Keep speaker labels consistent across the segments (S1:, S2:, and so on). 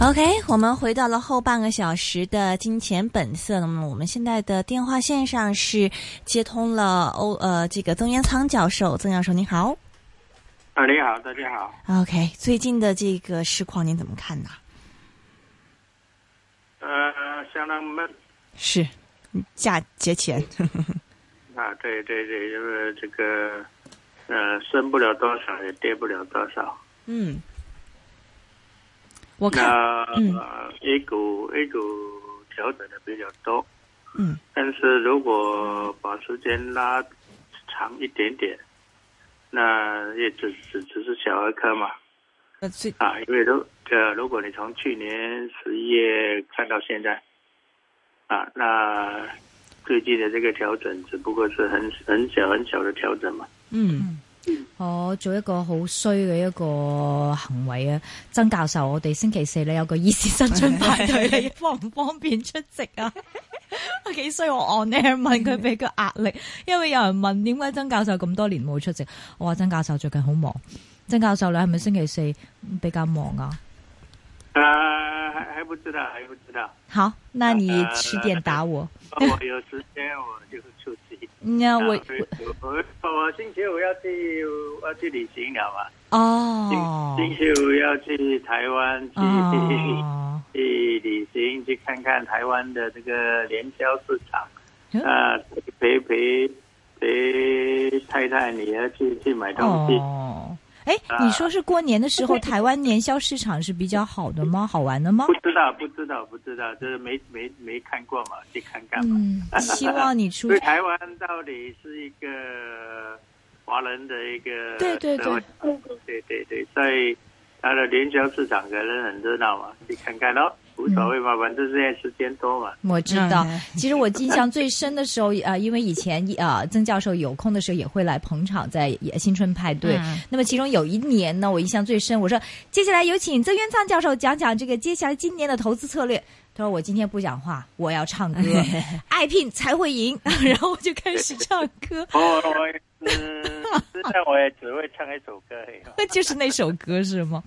S1: OK，我们回到了后半个小时的金钱本色。那么我们现在的电话线上是接通了欧呃这个曾元仓教授，曾教授您好。
S2: 啊，你好，大家好。
S1: OK，最近的这个市况您怎么看呢？
S2: 呃，相当闷
S1: 是，嗯价节前
S2: 啊，对对对，就是这个，呃，升不了多少，也跌不了多少。
S1: 嗯，我看
S2: 那、
S1: 嗯
S2: 呃 A 股 A 股调整的比较多，
S1: 嗯
S2: 但是如果把时间拉长一点点，那也只只只是小儿科嘛
S1: 呃最
S2: 啊，因为如呃，如果你从去年十一月看到现在，啊，那最近的这个调整只不过是很很小很小的调整嘛。
S1: 嗯
S3: 我哦做一個好衰嘅一個行為啊，曾教授，我哋星期四咧有個醫師新春派對，你 方唔方便出席啊？ 我幾衰，我 on air 問佢俾佢壓力，因為有人問點解曾教授咁多年冇出席，我話曾教授最近好忙，曾教授你係咪星期四比較忙啊？
S2: 啊，还还不知道，还不知道。
S3: 好，那你
S2: 啊
S3: 迟点打我。
S2: 我有时间我就出去。
S3: 那我
S2: 我我我星期五要去我要去旅行了嘛？
S3: 哦
S2: 星星期五要去台湾去、
S3: 哦，
S2: 去旅行，去看看台湾的这个联销市场
S3: 嗯。
S2: 啊，陪陪陪太太女儿去去买东西。
S3: 哦，哎，你说是过年的时候，台湾年宵市场是比较好的吗？好玩的吗
S2: 不？知道，不知道，不知道，就是没没没看过嘛，去看看嘛。
S3: 嗯，希望 你出
S2: 所以台湾到底是一个华人的一个
S3: 对对对
S2: 社会对对对，所以它的联销市场可能很热闹嘛，去看看咯，无所谓嘛，反正现在时间多嘛。
S3: 我知道
S1: 嗯，
S3: 其实我印象最深的时候，呃，因为以前呃曾教授有空的时候也会来捧场，在新春派对。
S1: 嗯
S3: 那么其中有一年呢，我印象最深，我说接下来有请曾元仓教授讲讲这个接下来今年的投资策略。他说我今天不讲话，我要唱 歌，爱拼才会赢。 然后我就开始唱歌，
S2: 哦，我也是，实际上我也只会唱一首歌而已嘛，
S3: 就是那首歌是吗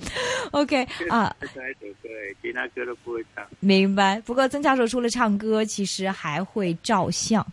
S3: ？OK 啊，
S2: 就唱一首歌而已，其他歌都不会唱。
S3: 明白。不过曾教授除了唱歌，其实还会照相。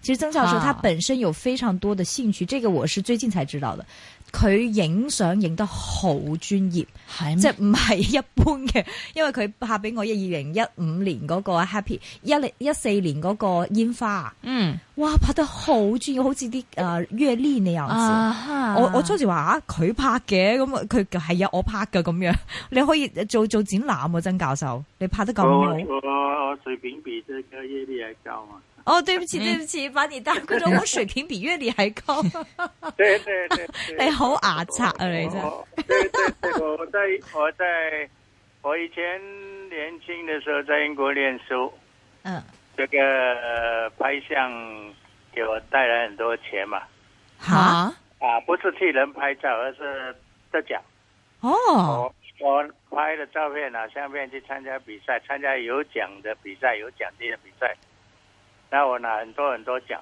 S3: 其实曾教授
S1: 啊
S3: 他本身有非常多的兴趣，这个我是最近才知道的。佢影相影得好專業，
S1: 系
S3: 即系唔係一般嘅，因為佢拍俾我一二零一五年嗰個 Happy 一零一四年嗰個煙花啊，
S1: 嗯
S3: 哇拍得好專業，好似啲誒月历那樣子。
S1: 啊哈，
S3: 我我初時話啊佢拍嘅，咁啊佢係啊我拍嘅咁樣， 你可以做做展覽啊，曾教授，你拍得咁
S2: 我
S3: 好。
S2: 我我我水平比这个业力还高嘛？
S3: 哦，对不起，对不起，把你当嗰咗我水平比阅历还高。
S2: 对对对，对
S3: 你好牙刷啊，你真係。
S2: 我对对对，我在我在我以前年轻的时候在英国念书，
S3: 嗯，
S2: 这个、呃拍相给我带来很多钱嘛。
S3: 吓，
S2: 啊，不是替人拍照，而是得奖。
S3: 哦，
S2: 我我拍的照片啊，相片去参加比赛，参加有奖的比赛，有奖金的比赛。那我拿很多很多奖，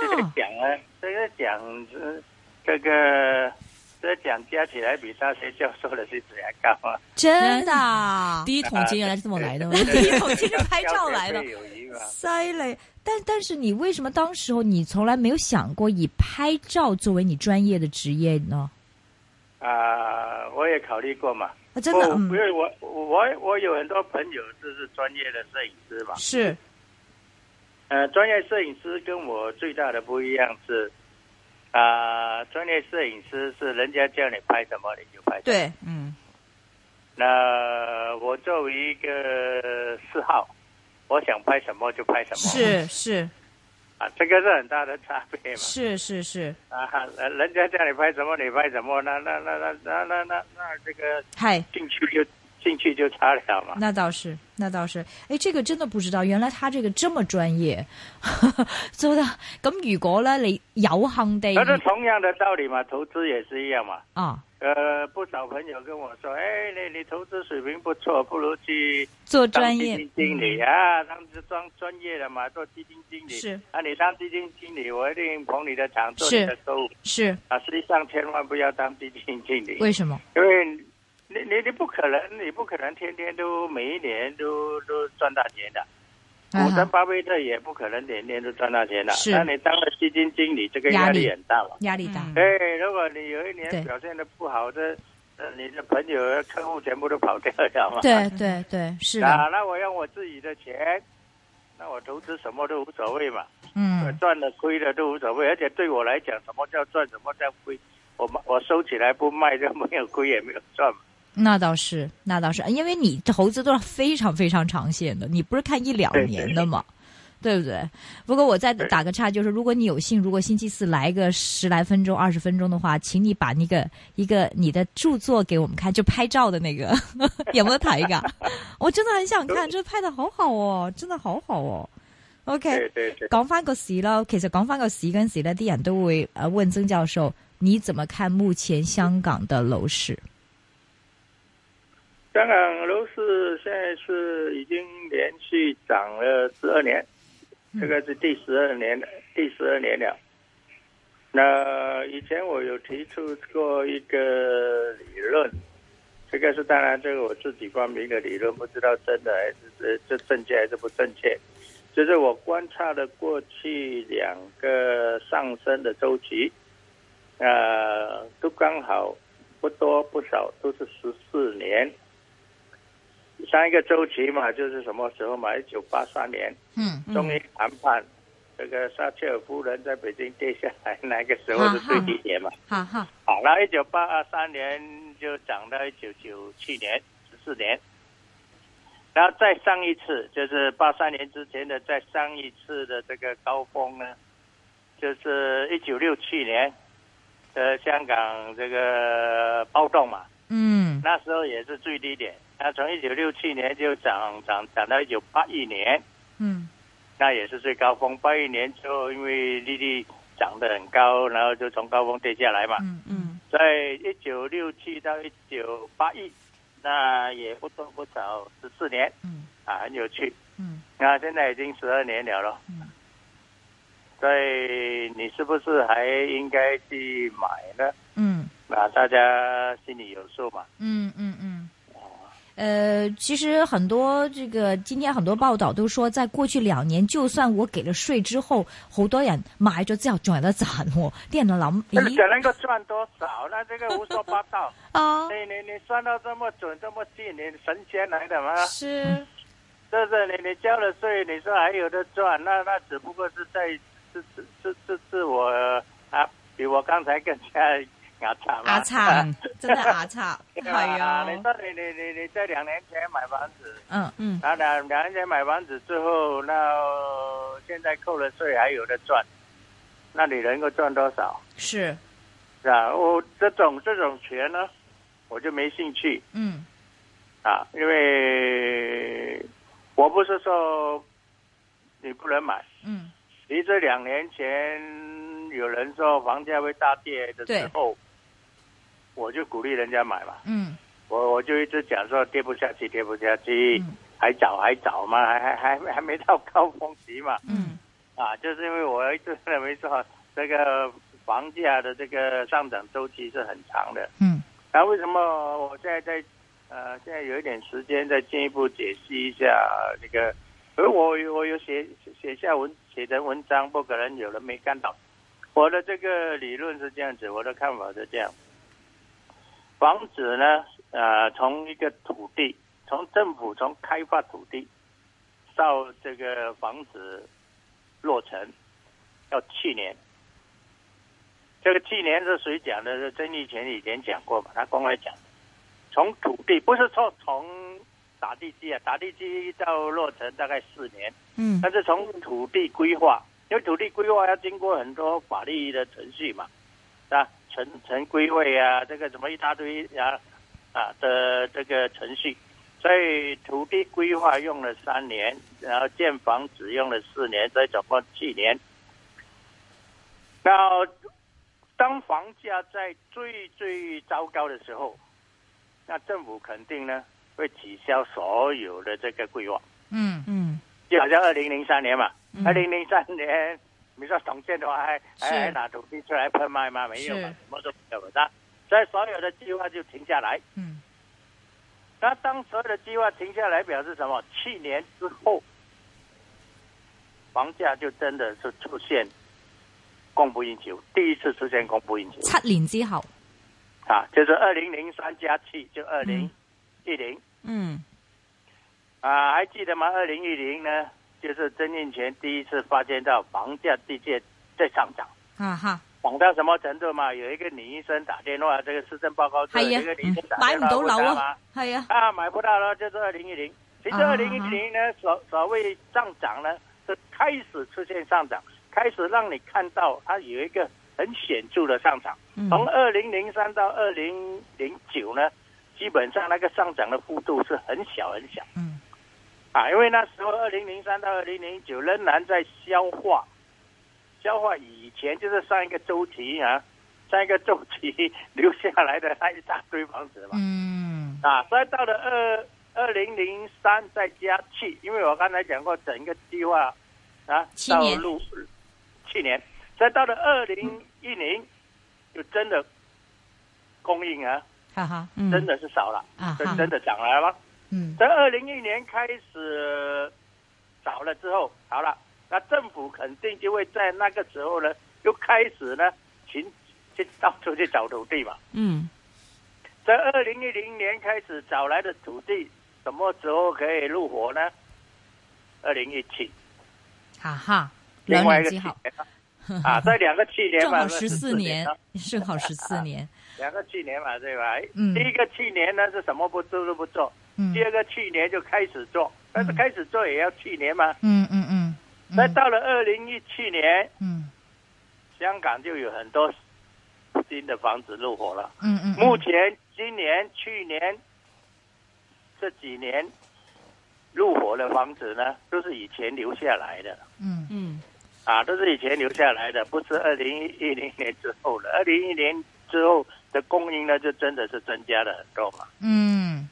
S2: 这个
S3: 哦，
S2: 奖呢，这个奖呃这个这个奖加起来比大学教授的薪水还高啊！
S3: 真的啊，
S1: 第一桶金原来是这么 来的吗？
S3: 第一桶金是拍照来
S2: 交
S3: 的
S2: 学费有余嘛？
S3: 犀利。但但是你为什么当时候你从来没有想过以拍照作为你专业的职业呢？
S2: 啊，我也考虑过嘛。
S3: 啊，真的，
S2: 我因
S3: 嗯，
S2: 为我我我有很多朋友就是专业的摄影师嘛。
S3: 是，
S2: 呃，专业摄影师跟我最大的不一样是，啊、专业摄影师是人家叫你拍什么你就拍什么。
S3: 对，
S1: 嗯
S2: 那我作为一个嗜好，我想拍什么就拍什么。
S3: 是是
S2: 啊，这个是很大的差别嘛。
S3: 是是是，
S2: 啊，人人家叫你拍什么你拍什么，那那那那那那那那这个
S3: 嗨，
S2: 兴趣就进去就差了嘛。
S3: 那倒是，那倒是，诶，这个真的不知道，原來他這個這麼專業， 做得咁。如果咧你有幸地
S2: 可是同樣的道理嘛，投資也是一樣嘛。
S3: 啊，
S2: 呃，不少朋友跟我说，哎，你你投資水平不錯，不如去
S3: 做
S2: 当
S3: 專
S2: 基
S3: 業
S2: 金经理啊，他们是专专业的嘛，做基金经理
S3: 是
S2: 啊，你当基金经理，我一定捧你的场，做
S3: 是
S2: 你的收入
S3: 是
S2: 啊。实际上千万不要当基金经理，
S3: 為什麼？
S2: 因为你你你不可能，你不可能天天都每一年都都赚大钱的。
S3: 啊
S2: 股神
S3: 哈
S2: 巴菲特也不可能年年都赚大钱的，
S3: 是
S2: 那你当了基金经理，这个
S3: 压
S2: 压
S3: 力
S2: 力很大嘛。
S3: 壓力大，
S4: 嗯
S2: 对，如果你有一
S3: 对
S2: 年表现的不好的，呃，你的朋友、客户全部都跑掉了嘛。
S3: 對對對，是的，
S2: 啊，那我用我自己的钱，那我投资什么都无所谓嘛，
S3: 嗯，
S2: 赚了亏了都无所谓。而且对我来讲，什么叫赚，什么叫亏，我卖我收起来不卖就没有亏也没有赚嘛。
S3: 那倒是，那倒是，因為你投資都是非常非常長線的，你不是看一兩
S2: 對對
S3: 年的嘛。对不对？不过我再
S2: 对
S3: 打个岔，就是如果你有幸，如果星期四来个十来分钟、二十分钟的话，请你把那个一个你的著作给我们看，就拍照的那个 有没有睇噶？我真的很想看，这拍的好好哦，真的好好哦。
S2: 对
S3: OK，
S2: 对对，
S3: 讲翻个市啦，其实讲翻个市嗰阵时呢，啲人都会呃问曾教授，你怎么看目前香港的楼市？
S2: 香港楼市现在是已经连续涨了十二年，这个是第十二年，第十二年了。那以前我有提出过一个理论，这个是当然，这个我自己发明的理论，不知道真的还是呃这这正确还是不正确。就是我观察了过去两个上升的周期，呃，都刚好不多不少，都是十四年。上一个周期嘛，就是什么时候嘛？一九八三年，
S3: 嗯，
S2: 中英谈判，这个撒切尔夫人在北京跌下来，那个时候是最低点嘛。
S3: 哈哈，
S2: 好了，一九八三年就涨到一九九七年，十四年。然后再上一次，就是八三年之前的，再上一次的这个高峰呢，就是一九六七年，呃，香港这个暴动嘛，
S3: 嗯
S2: 那时候也是最低点。那从一九六七年就涨涨涨到一九八一年，
S3: 嗯
S2: 那也是最高峰。八一年之后，因为利率涨得很高，然后就从高峰跌下来嘛。
S3: 嗯嗯
S4: 嗯
S2: 在一九六七到一九八一，那也不多不少十四年
S3: 嗯
S2: 啊，很有趣。
S3: 嗯
S2: 那现在已经十二年了咯，
S3: 嗯
S2: 所以你是不是还应该去买呢？
S3: 嗯。
S2: 啊，大家心里有数嘛。
S3: 嗯嗯嗯。呃，其实很多这个今天很多报道都说，在过去兩年，就算我給了税之後，好多人買咗之後仲有得賺喎。啲人就諗，
S2: 哎那只
S3: 咦
S2: 能够赚多少？那这个胡说八 道。
S1: 嗯哦
S3: 啊，
S2: 你你你算到这么准，这么近，你神仙来的吗？
S3: 是
S2: 是不是？你你交了税，你说还有的赚，那那只不过是在是是是是是我啊，比我刚才更加牙惨嘛。
S3: 牙擦，真係牙擦，
S2: 对
S3: 係
S2: 吧
S3: 啊，
S2: 你说你你你你在两年前买房子，
S3: 嗯
S4: 嗯
S2: 然后两两年前买房子之后，那现在扣了税还有的赚，那你能够赚多少？
S3: 是，
S2: 是吧？我这种这种钱呢，我就没兴趣。
S3: 嗯
S2: 啊，因为我不是说你不能买，
S3: 嗯
S2: 离这两年前有人说房价会大跌的时候，我就鼓励人家买嘛，
S3: 嗯
S2: 我我就一直讲说跌不下去，跌不下去，
S3: 嗯
S2: 还早还早嘛，还还还还没到高峰期嘛，
S3: 嗯
S2: 啊，就是因为我一直认为说这个房价的这个上涨周期是很长的，
S3: 嗯
S2: 那为什么我现在在呃，现在有一点时间再进一步解析一下这个？而我我有写写下文写成文章，不可能有人没看到。我的这个理论是这样子，我的看法是这样：房子呢，呃，从一个土地，从政府从开发土地到这个房子落成，要七年。这个去年是谁讲的？是曾玉权以前讲过嘛，他公开讲，从土地不是说从打地基啊，打地基到落成大概四年，
S3: 嗯
S2: 但是从土地规划，因为土地规划要经过很多法律的程序嘛，啊，城城规会啊，这个什么一大堆啊啊的这个程序，所以土地规划用了三年，然后建房只用了四年，所以总共七年。那当房价在最最糟糕的时候，那政府肯定呢会取消所有的这个规划，
S3: 嗯
S1: 嗯
S2: 就好像二零零三年嘛，
S3: 嗯
S2: 二零零三年你说董建华还还
S3: 是
S2: 还拿土地出来拍卖吗？没有嘛，
S3: 是
S2: 什么都没有嘛，那所以所有的计划就停下来。
S3: 嗯
S2: 那当所有的计划停下来，表示什么？去年之后，房价就真的是出现供不应求，第一次出现供不应求
S3: 七年之後，
S2: 啊，就是二零零三加七，就二零一零
S1: 嗯
S2: 啊，还记得吗？二零一零呢，就是曾荫权第一次发现到房价地界在上涨。
S3: 啊哈，
S2: 涨到什么程度嘛？有一个女医生打电话，这个市政报告这
S3: 係
S2: 有一个
S3: 啊
S2: 女医生，打
S3: 買
S2: 电
S3: 唔
S2: 话
S3: 到樓
S2: 問他嘛
S3: 啊，係啊，
S2: 啊，买不到了，就是二零一零。其实
S3: 啊
S2: 二零一零呢，所所谓上涨呢，是开始出现上涨，开始让你看到它有一个很显著的上涨。
S1: 嗯
S2: 从二零零三到二零零九呢，基本上那个上涨的幅度是很小很小
S3: 嗯
S2: 啊，因为那时候二零零三到二零零九仍然在消化，消化以前就是上一个周期啊，上一个周期 留下来的那一大堆房子嘛。
S3: 嗯
S2: 啊，所以到了二二零零三再加七，因为我刚才讲过整个计划啊，
S3: 七
S2: 到
S3: 年
S2: 入去年，所以到了二零一零，就真的供应啊，
S3: 哈哈
S1: 嗯，
S2: 真的是少了，
S3: 啊
S2: 就
S3: 哈，
S2: 真的涨了吗？
S3: 嗯
S2: 在二零一年开始少了之后，好了，那政府肯定就会在那个时候呢，又开始呢，寻去到处去找土地嘛。
S1: 嗯
S2: 在二零一零年开始找来的土地，什么时候可以入伙呢？二零一七，
S3: 哈哈，
S2: 另
S3: 兩
S2: 外一
S3: 年
S2: 个
S3: 之
S2: 七
S3: 後，
S2: 年嘛 啊，在两个去年
S3: 正
S2: 嘛，
S3: 好
S2: 那
S3: 十四
S2: 14
S3: 年
S2: 了，
S3: 正好十四年，
S2: 两个去年嘛，对吧？哎
S3: 嗯
S2: 第一个去年呢是什么不做都不做，
S3: 嗯
S2: 第二个去年就开始做，但是
S3: 嗯
S2: 开始做也要去年嘛。
S3: 嗯嗯嗯
S2: 那
S3: 嗯
S2: 到了二零一七年，
S3: 嗯
S2: 香港就有很多新的房子入伙了。
S3: 嗯嗯，
S2: 目前今年、去年这几年入伙的房子呢，都是以前留下来的
S3: 嗯
S1: 嗯
S2: 啊，都是以前留下来的，不是二零一零年之后的。二零一零之后的供应呢，就真的是增加了很多嘛。
S3: 嗯，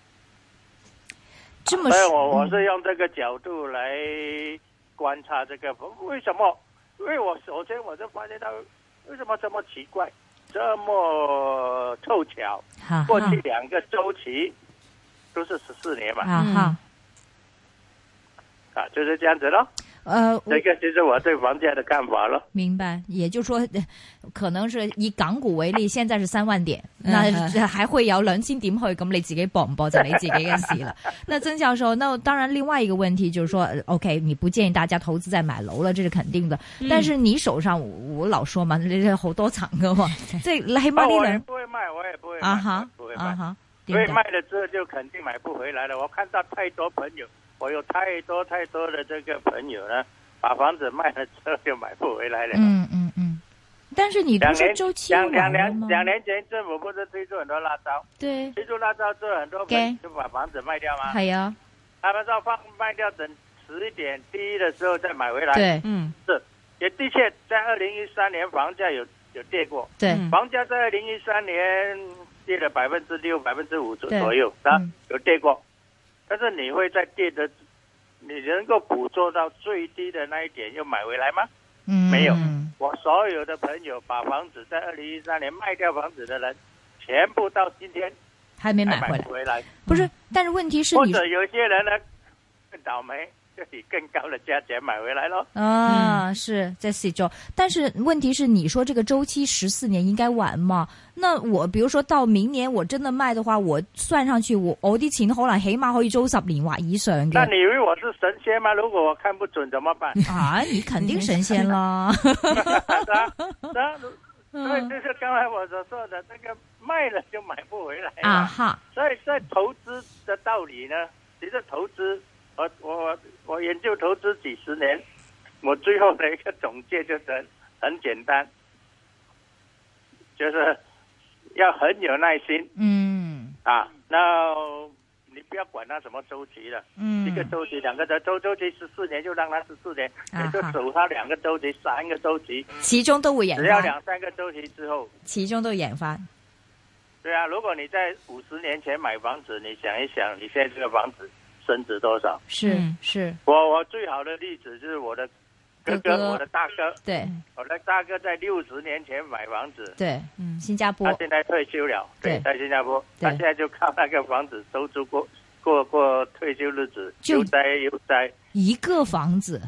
S3: 这么
S2: 所以
S3: 说，
S2: 我我是用这个角度来观察这个为什么？因为我首先我就发现到为什么这么奇怪，这么凑巧，
S3: 哈
S2: 过
S3: 哈
S2: 去两个周期都是十四年嘛。
S3: 嗯啊哈，
S2: 啊，就是这样子咯。
S3: 呃，我
S2: 这个就是我对房价的看法咯。
S3: 明白，也就是说， 呃可能是以港股 為例，現在是三萬點，那
S1: 嗯
S3: 還會有兩千點去，咁你自己搏唔搏就你自己嘅 事啦。那曾教授，那當然另外一個問題就是說呃，OK，你不建議大家投資再買樓啦，這是肯定的。
S2: 嗯
S3: 但是你手上，我我老說嘛，你你好多層 噶嘛，即係你起
S2: 啊
S3: 碼呢
S2: 我也
S3: 兩
S2: 不會賣，哦我也不會賣，
S3: 啊哈
S2: 我也不會
S3: 啊
S2: 賣。
S3: 哈，
S2: 所以
S3: 點解？
S2: 賣了之後就肯定買不回來了。我看到太多朋友，我有太多太多的这个朋友呢，把房子賣了之后就買不回来了。
S3: 嗯嗯嗯，但是你不
S2: 两
S3: 是
S2: 年
S3: 周期
S2: 两
S3: 完
S2: 两
S3: 了
S2: 年
S3: 吗？
S2: 两年前政府不是推出很多辣招，
S3: 對，
S2: 推出辣招之后很多
S3: 给
S2: 人就把房子卖掉嘛。
S3: 係啊，
S2: 他们说放卖掉等十一点低的时候再買回来。，
S3: 對
S1: 嗯
S2: 也的确在二零一三年房价有有跌過。
S3: 對，
S1: 嗯
S2: 房价在二零一三年跌了百分之六、百分之五左
S3: 对
S2: 左右，啊
S3: 嗯，
S2: 有跌过，但是你会在跌的，你能够捕捉到最低的那一点又买回来吗？
S3: 嗯
S2: 没有我所有的朋友把房子在二零一三年卖掉房子的人，全部到今天
S3: 還沒
S2: 还
S3: 買
S2: 买
S3: 回來
S2: 不。回来，
S3: 不是，但是问题是
S2: 或
S3: 你
S2: 者有些人呢更倒霉，就以更高的价钱买回来咯。
S3: 啊，是在四周，但是问题是你说这个周期十四年应该晚嘛？那我比如说到明年我真的卖的话，我算上去我我啲錢可能起碼可以租十年或以上
S2: 那
S3: 嘅。
S2: 你以为我是神仙吗？如果我看不准怎么办？
S3: 啊，你肯定神仙 啦！
S2: 是啊，是啊，所以这是刚才我所说的，这个卖了就买不回来
S3: 啊
S2: 了。
S3: 哈，
S2: 所以在投资的道理呢，其实投资，我我我研究投资几十年，我最后的一个总结就是很简单，就是要很有耐心
S3: 嗯
S2: 啊。那你不要管它什么周期了，
S3: 嗯
S2: 一个周期、两个周周周期十四年就让它十四年，
S3: 啊
S2: 你就
S3: 哈
S2: 守它两个周期、三个周期，
S3: 始終都會贏
S2: 只要
S3: 翻，
S2: 兩三個周期之後，
S3: 始終都贏翻。
S2: 对啊，如果你在五十年前买房子，你想一想，你现在这个房子升值多少？
S3: 是、
S1: 嗯
S3: 是，
S2: 我我最好的例子就是我的哥
S3: 哥
S2: 哥，
S3: 哥
S2: 我的大哥，
S3: 對
S2: 我的大哥在六十年前买房子，
S3: 對，
S1: 嗯
S3: 新加坡
S2: 他现在退休了，
S3: 对
S2: 对，在新加坡，
S3: 对
S2: 他现在就靠那个房子收租过过过退休日子，
S3: 就
S2: 悠哉悠哉，
S3: 一個房子，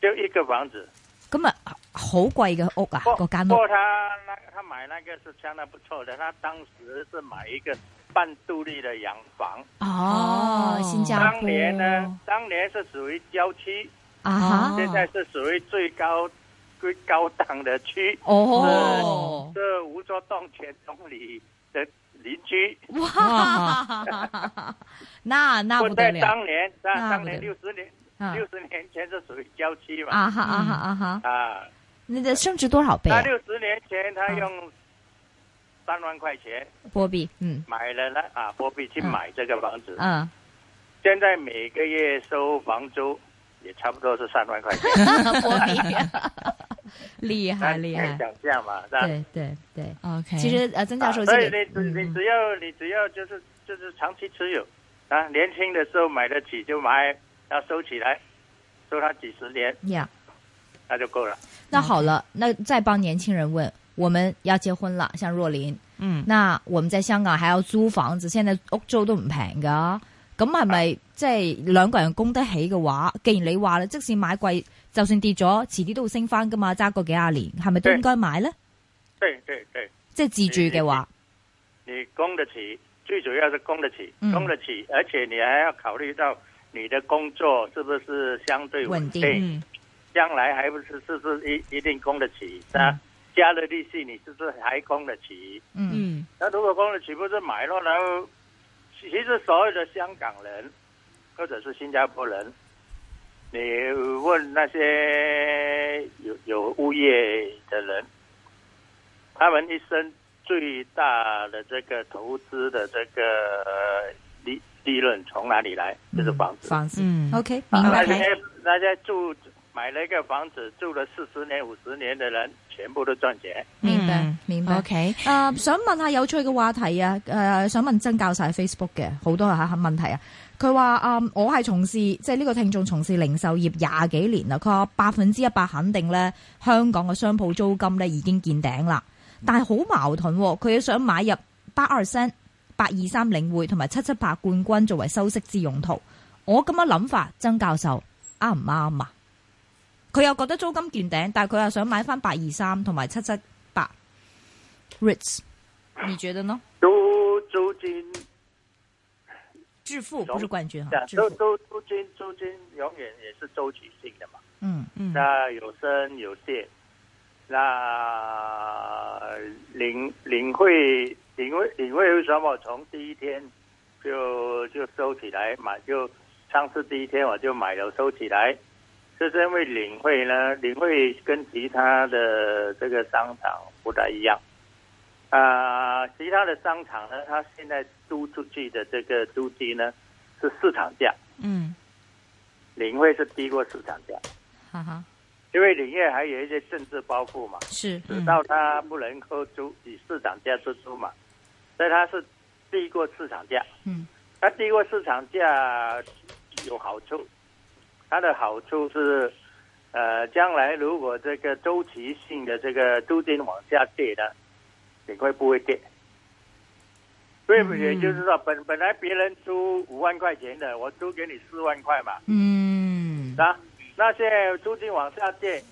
S2: 就一个房子。
S3: 咁啊好貴嘅屋啊，
S2: 不
S3: 嗰間
S2: 不
S3: 屋
S2: 过他那他买那个是相当不错的，他当时是买一个半独立的洋房，
S3: 哦，新加
S2: 当
S3: 坡
S2: 年呢，当年是属于郊区，
S3: 啊哈，
S2: 现在是属于最高最高档的区，
S3: 哦，
S2: 是吴作洞全东里的邻居。
S3: 哇， 那那
S2: 我
S3: 不
S2: 在
S3: 得了
S2: 当年，在
S3: 那
S2: 当
S3: 不
S2: 年
S3: 得
S2: 六十年
S3: 啊
S2: 六十年前是属于郊区嘛
S3: 啊哈啊哈啊哈，
S2: 啊，
S3: 你的升值多少倍
S2: 他
S3: 啊？
S2: 六十年前他用三万块钱
S3: 波比， 嗯
S2: 买了那啊波币去
S3: 嗯
S2: 买这个房子，
S3: 嗯，
S2: 现在每个月收房租也差不多是三万块钱，
S3: 波比， 厉害
S2: 那你
S3: 厉
S2: 可以
S3: 害，
S2: 想象嘛，是吧？
S3: 对对对，
S1: ，OK，
S3: 其实呃，曾教
S2: 啊
S3: 授
S2: 所以
S3: 这里嗯
S2: 你只你只要你只要就是就是长期持有啊，年轻的时候买得起就买，要收起来，收它几十年
S3: 嗯呀，
S2: 那就够了。
S3: 那好了，那再帮年轻人问，我们要结婚了，像若琳，
S1: 嗯，
S3: 那我們在香港還要租房子，現在屋租都唔平噶。咁係
S1: 啊
S3: 咪即係兩個人供得起嘅話？既然你話啦，即使買貴，就算跌咗，遲啲都會升翻噶嘛，揸過幾廿年，係咪都應該買呢？
S2: 对对對，
S3: 即係自住嘅話，
S2: 你供得起，最主要是供得起，
S3: 嗯
S2: 供得起，而且你还要考虑到你的工作是不是相对
S3: 穩
S2: 稳
S3: 定
S2: 定，
S1: 嗯
S2: 将来还不是是不是一一定供得起？那加了利息，你是不是还供得起？
S3: 嗯
S1: 嗯
S2: 那如果供得起，不是买了，然后其其实所有的香港人或者是新加坡人，你问那些有有物业的人，他们一生最大的这个投资的这个呃利利润从哪里来？就是房子。
S3: 嗯房子
S1: 嗯
S3: ，OK，
S1: 明
S3: 明
S1: 白
S2: 那
S3: 白。
S2: 些那些住买了一个房子住了四十年五十年的人，全部都赚钱。
S3: 明白
S1: 嗯
S3: 明白
S1: ，OK，
S3: 誒、呃想問下有趣嘅話題啊！誒、想問曾教授喺 Facebook 嘅好多嚇問題啊。佢話啊，嗯我係從事即係呢個聽眾從事零售業廿幾年啦。佢話百分之一百肯定咧，香港嘅商鋪租金咧已經見頂啦。但係好矛盾喎，佢想買入八二三、八二三領匯同埋七七八冠軍作為收息之用途。我咁樣諗法，曾教授啱唔啱啊？佢又覺得租金見頂，但係佢又想買翻八二三同埋七七八 Ritz，你覺得呢？
S2: 租租金
S3: 致富不是冠军哈，
S2: 那
S3: 致
S2: 租
S3: 富，
S2: 租租金租金永远也是周期性的嘛，
S3: 嗯
S1: 嗯
S2: 那有升有跌。那领领会领会领会为什么从第一天就就收起来买？就上次第一天我就买了收起来，就是因为领会呢，领会跟其他的这个商场不太一样。啊、其他的商场呢，它现在租出去的这个租金呢是市场价，
S1: 嗯
S2: 领会是低过市场价，
S3: 哈哈，
S2: 因为领会还有一些政治包袱嘛，
S3: 是
S2: 直到它不能够租以市场价出租嘛，所以它是低过市场价。
S3: 嗯，
S2: 它低过市场价有好处，它的好处是，呃，将来如果这个周期性的这个租金往下跌呢，你会不会跌？对不对？也就是说，本本来别人租五万块钱的，我租给你四万块嘛，
S3: 嗯，
S2: 那那现在租金往下跌，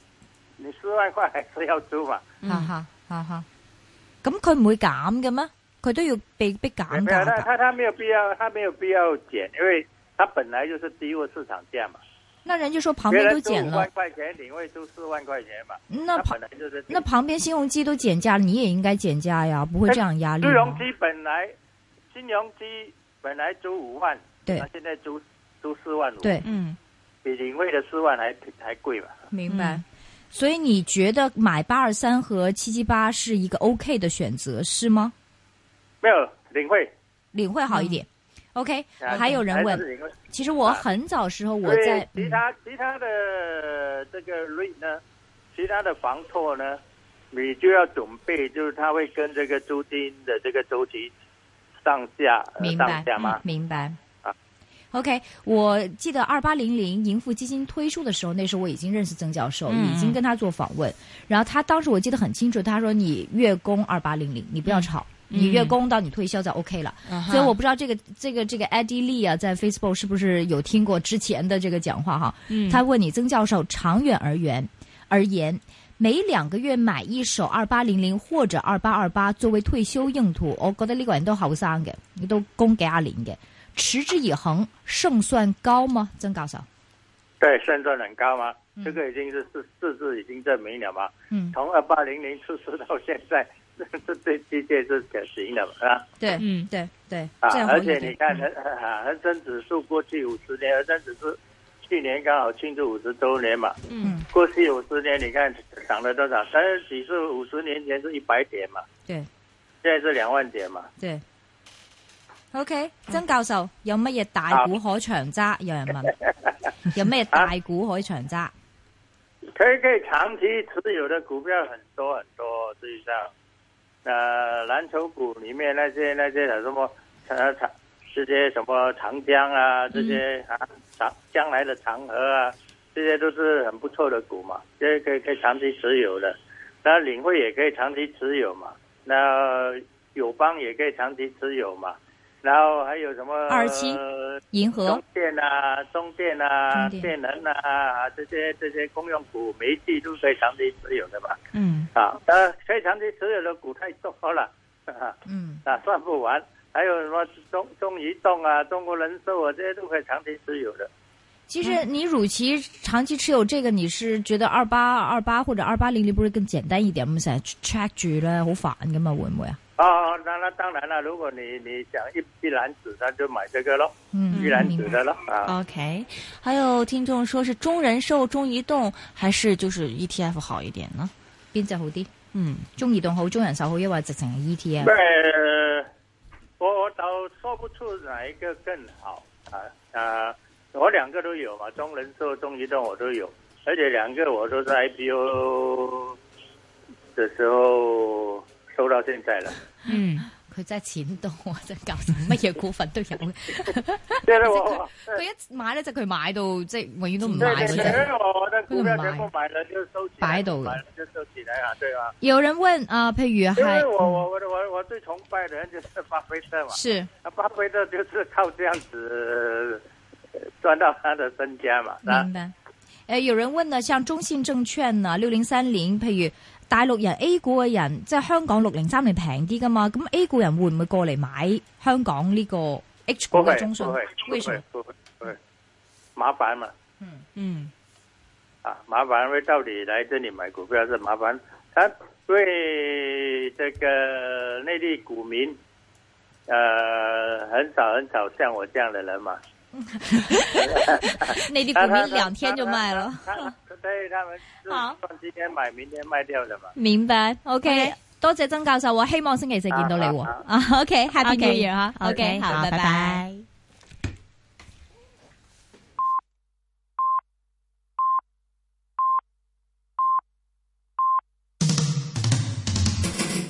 S2: 你四万块还是要租嘛？
S3: 嗯哈哈哈哈，咁佢唔會減嘅咩？佢都要被逼減
S2: 没有，
S3: 價
S2: 他
S3: 㗎。
S2: 他他没有必要，他没有必要减，因为他本来就是低过市场价嘛。
S3: 那人家說旁
S2: 别
S3: 邊都
S2: 人租
S3: 減
S2: 五
S3: 了
S2: 万，块钱，你会租四万块钱嘛？
S3: 那
S2: 他
S3: 旁
S2: 本来就是
S3: 那旁邊新鴻基都減價，你也應該減價呀，
S2: 嗯
S3: 不會這樣壓力啊
S2: 金融
S3: 嗎？
S2: 机本来金融机本来租五万，
S3: 對
S2: 他现在租租四万五，，
S3: 對，
S1: 嗯
S2: 比领汇的四万还还贵嘛？
S3: 明白。嗯所以你覺得買八二三和七七八是一個 OK 的選擇，是嗎？
S2: 没有领汇
S3: 領會好一點。 OK，
S2: 啊
S3: 还有人
S2: 还
S3: 问，
S2: 是一个
S3: 其实我很早时候我
S2: 所以
S3: 在，嗯
S2: 其他、其他的这个 REIT 呢，其他的房托呢，你就要准备，就是它会跟这个租金的这个周期上下呃
S3: 明白嗯
S2: 上下吗？
S3: 明白
S2: 啊。
S3: OK，我记得二八零零盈富基金推出的时候，那时候我已经认识曾教授，
S1: 嗯
S3: 已经跟他做访问。然后他当时我记得很清楚，他说：“你月供二八零零，你不要炒，
S1: 嗯
S3: 你月供到你退休就 OK 了。
S1: 嗯哼
S3: 所以我不知道这个这个这个 Eddie Lee 啊，在 Facebook 是不是有听过之前的这个讲话哈？
S1: 嗯
S3: 他问你，曾教授，长远而言而言，每兩個月買一手二八零零或者二八二八作為退休用途，我覺得呢個人都後生嘅，亦都供幾廿年嘅，持之以恒勝算高嗎？曾教授，
S2: 对，胜算很高吗？
S3: 嗯
S2: 这个已经是事事实已经证明了嘛。
S3: 嗯，
S2: 从二八零零出事到现在，这这这的确是可行的嘛啊
S3: 對，
S1: 嗯
S3: 對對，
S2: 啊
S3: 這！樣好
S2: 而
S3: 一
S2: 且
S3: 點
S2: 你看
S3: 嗯
S2: 恒啊恒生指数过去五十年，恒生指数去年刚好庆祝五十周年嘛。
S1: 嗯
S2: 过去五十年，你看涨了多少？但是指数五十年前是一百点嘛，
S3: 對
S2: 现在是两万点嘛。
S3: 對。OK，曾教授有乜嘢大股可長揸？有人 問，有咩大股可以長揸？
S2: 可以可以长期持有的股票很多很多，实际上，呃，蓝筹股里面那些那些什么呃长这些什么长江啊，这些啊长将来的长河啊，这些都是很不错的股嘛，这些可以可以长期持有的。那领汇也可以长期持有嘛，那友邦也可以长期持有嘛，然后还有什么
S3: 27銀河
S2: 中电啊、中电啊、
S3: 中
S2: 电能啊这些这些公用股，每一季都可以长期持有的嘛。
S3: 嗯
S2: 啊，呃，可以长期持有的股太多了， 啊，
S3: 嗯
S2: 啊算不完。还有什么中中移动啊、中国人寿啊，这些都可以长期持有的。
S3: 其实
S2: 嗯
S3: 你乳期长期持有这个，你是觉得二八二八或者二八零零不是更简单一点？咁成日 check 住咧，好烦噶嘛，會唔會啊？
S2: 哦，那那当然了，如果你你想一一篮子，那就买这个咯，
S3: 嗯，
S2: 一篮
S3: 明
S2: 子
S3: 白。
S2: 的咯啊。
S1: ，OK。还有听众说是中人寿、中移动还是就是 ETF 好一点呢？
S3: 邊只好啲？
S1: 嗯
S3: 中移動好，中人壽好，抑或直情係 E ETF？
S2: 呃，我我倒说不出哪一个更好啊啊！我两个都有嘛，中人寿、中移动我都有，而且两个我都在 IPO 的时候收到现在了。
S1: 嗯，
S3: 佢真係錢多啊！真係搞成乜嘢股份都有。 佢
S2: 现在我
S3: 一買咧，就佢買到即係永遠都唔
S2: 对
S3: 買
S2: 对对，
S3: 嗰只。
S2: 因为我的股票全部买了就收起来，
S3: 摆到的
S2: 买了就收起来啊，对吧？
S3: 有人問啊，譬如
S2: 因为
S3: 係
S2: 我我我的我我最崇拜的人就是巴菲特嘛，
S3: 是
S2: 那巴菲特就是靠这样子呃赚到他的身家嘛，啊
S3: 明。白。诶、有人問啊，像中信證券啊，六零三零，譬如大陸人 A 股嘅人，即係香港六零三零平啲噶嘛，咁 A 股人會唔會過嚟買香港呢個 H 股
S2: 不会
S3: 嘅中信
S2: 不会？不
S3: 為什麼
S2: 会？不会不会，麻烦嘛
S1: 嗯
S2: 啊，麻烦，因为到底来这里买股票是麻烦，他对这个内地股民，呃，很少很少像我这样的人嘛，
S3: 內地股
S2: 他
S3: 民
S2: 他
S3: 兩天就賣了。，
S2: 他他他对他们是
S3: 好
S2: 算今天买明天卖掉的嘛。
S3: 明白，OK，多謝曾教授喎，希望星期四見到你喎。
S2: 啊
S3: 啊，OK，Happy New
S1: OK
S3: Year 吓
S1: OK，
S3: ，OK，
S1: 好，
S3: 好，拜
S1: 拜
S3: 拜。
S1: 拜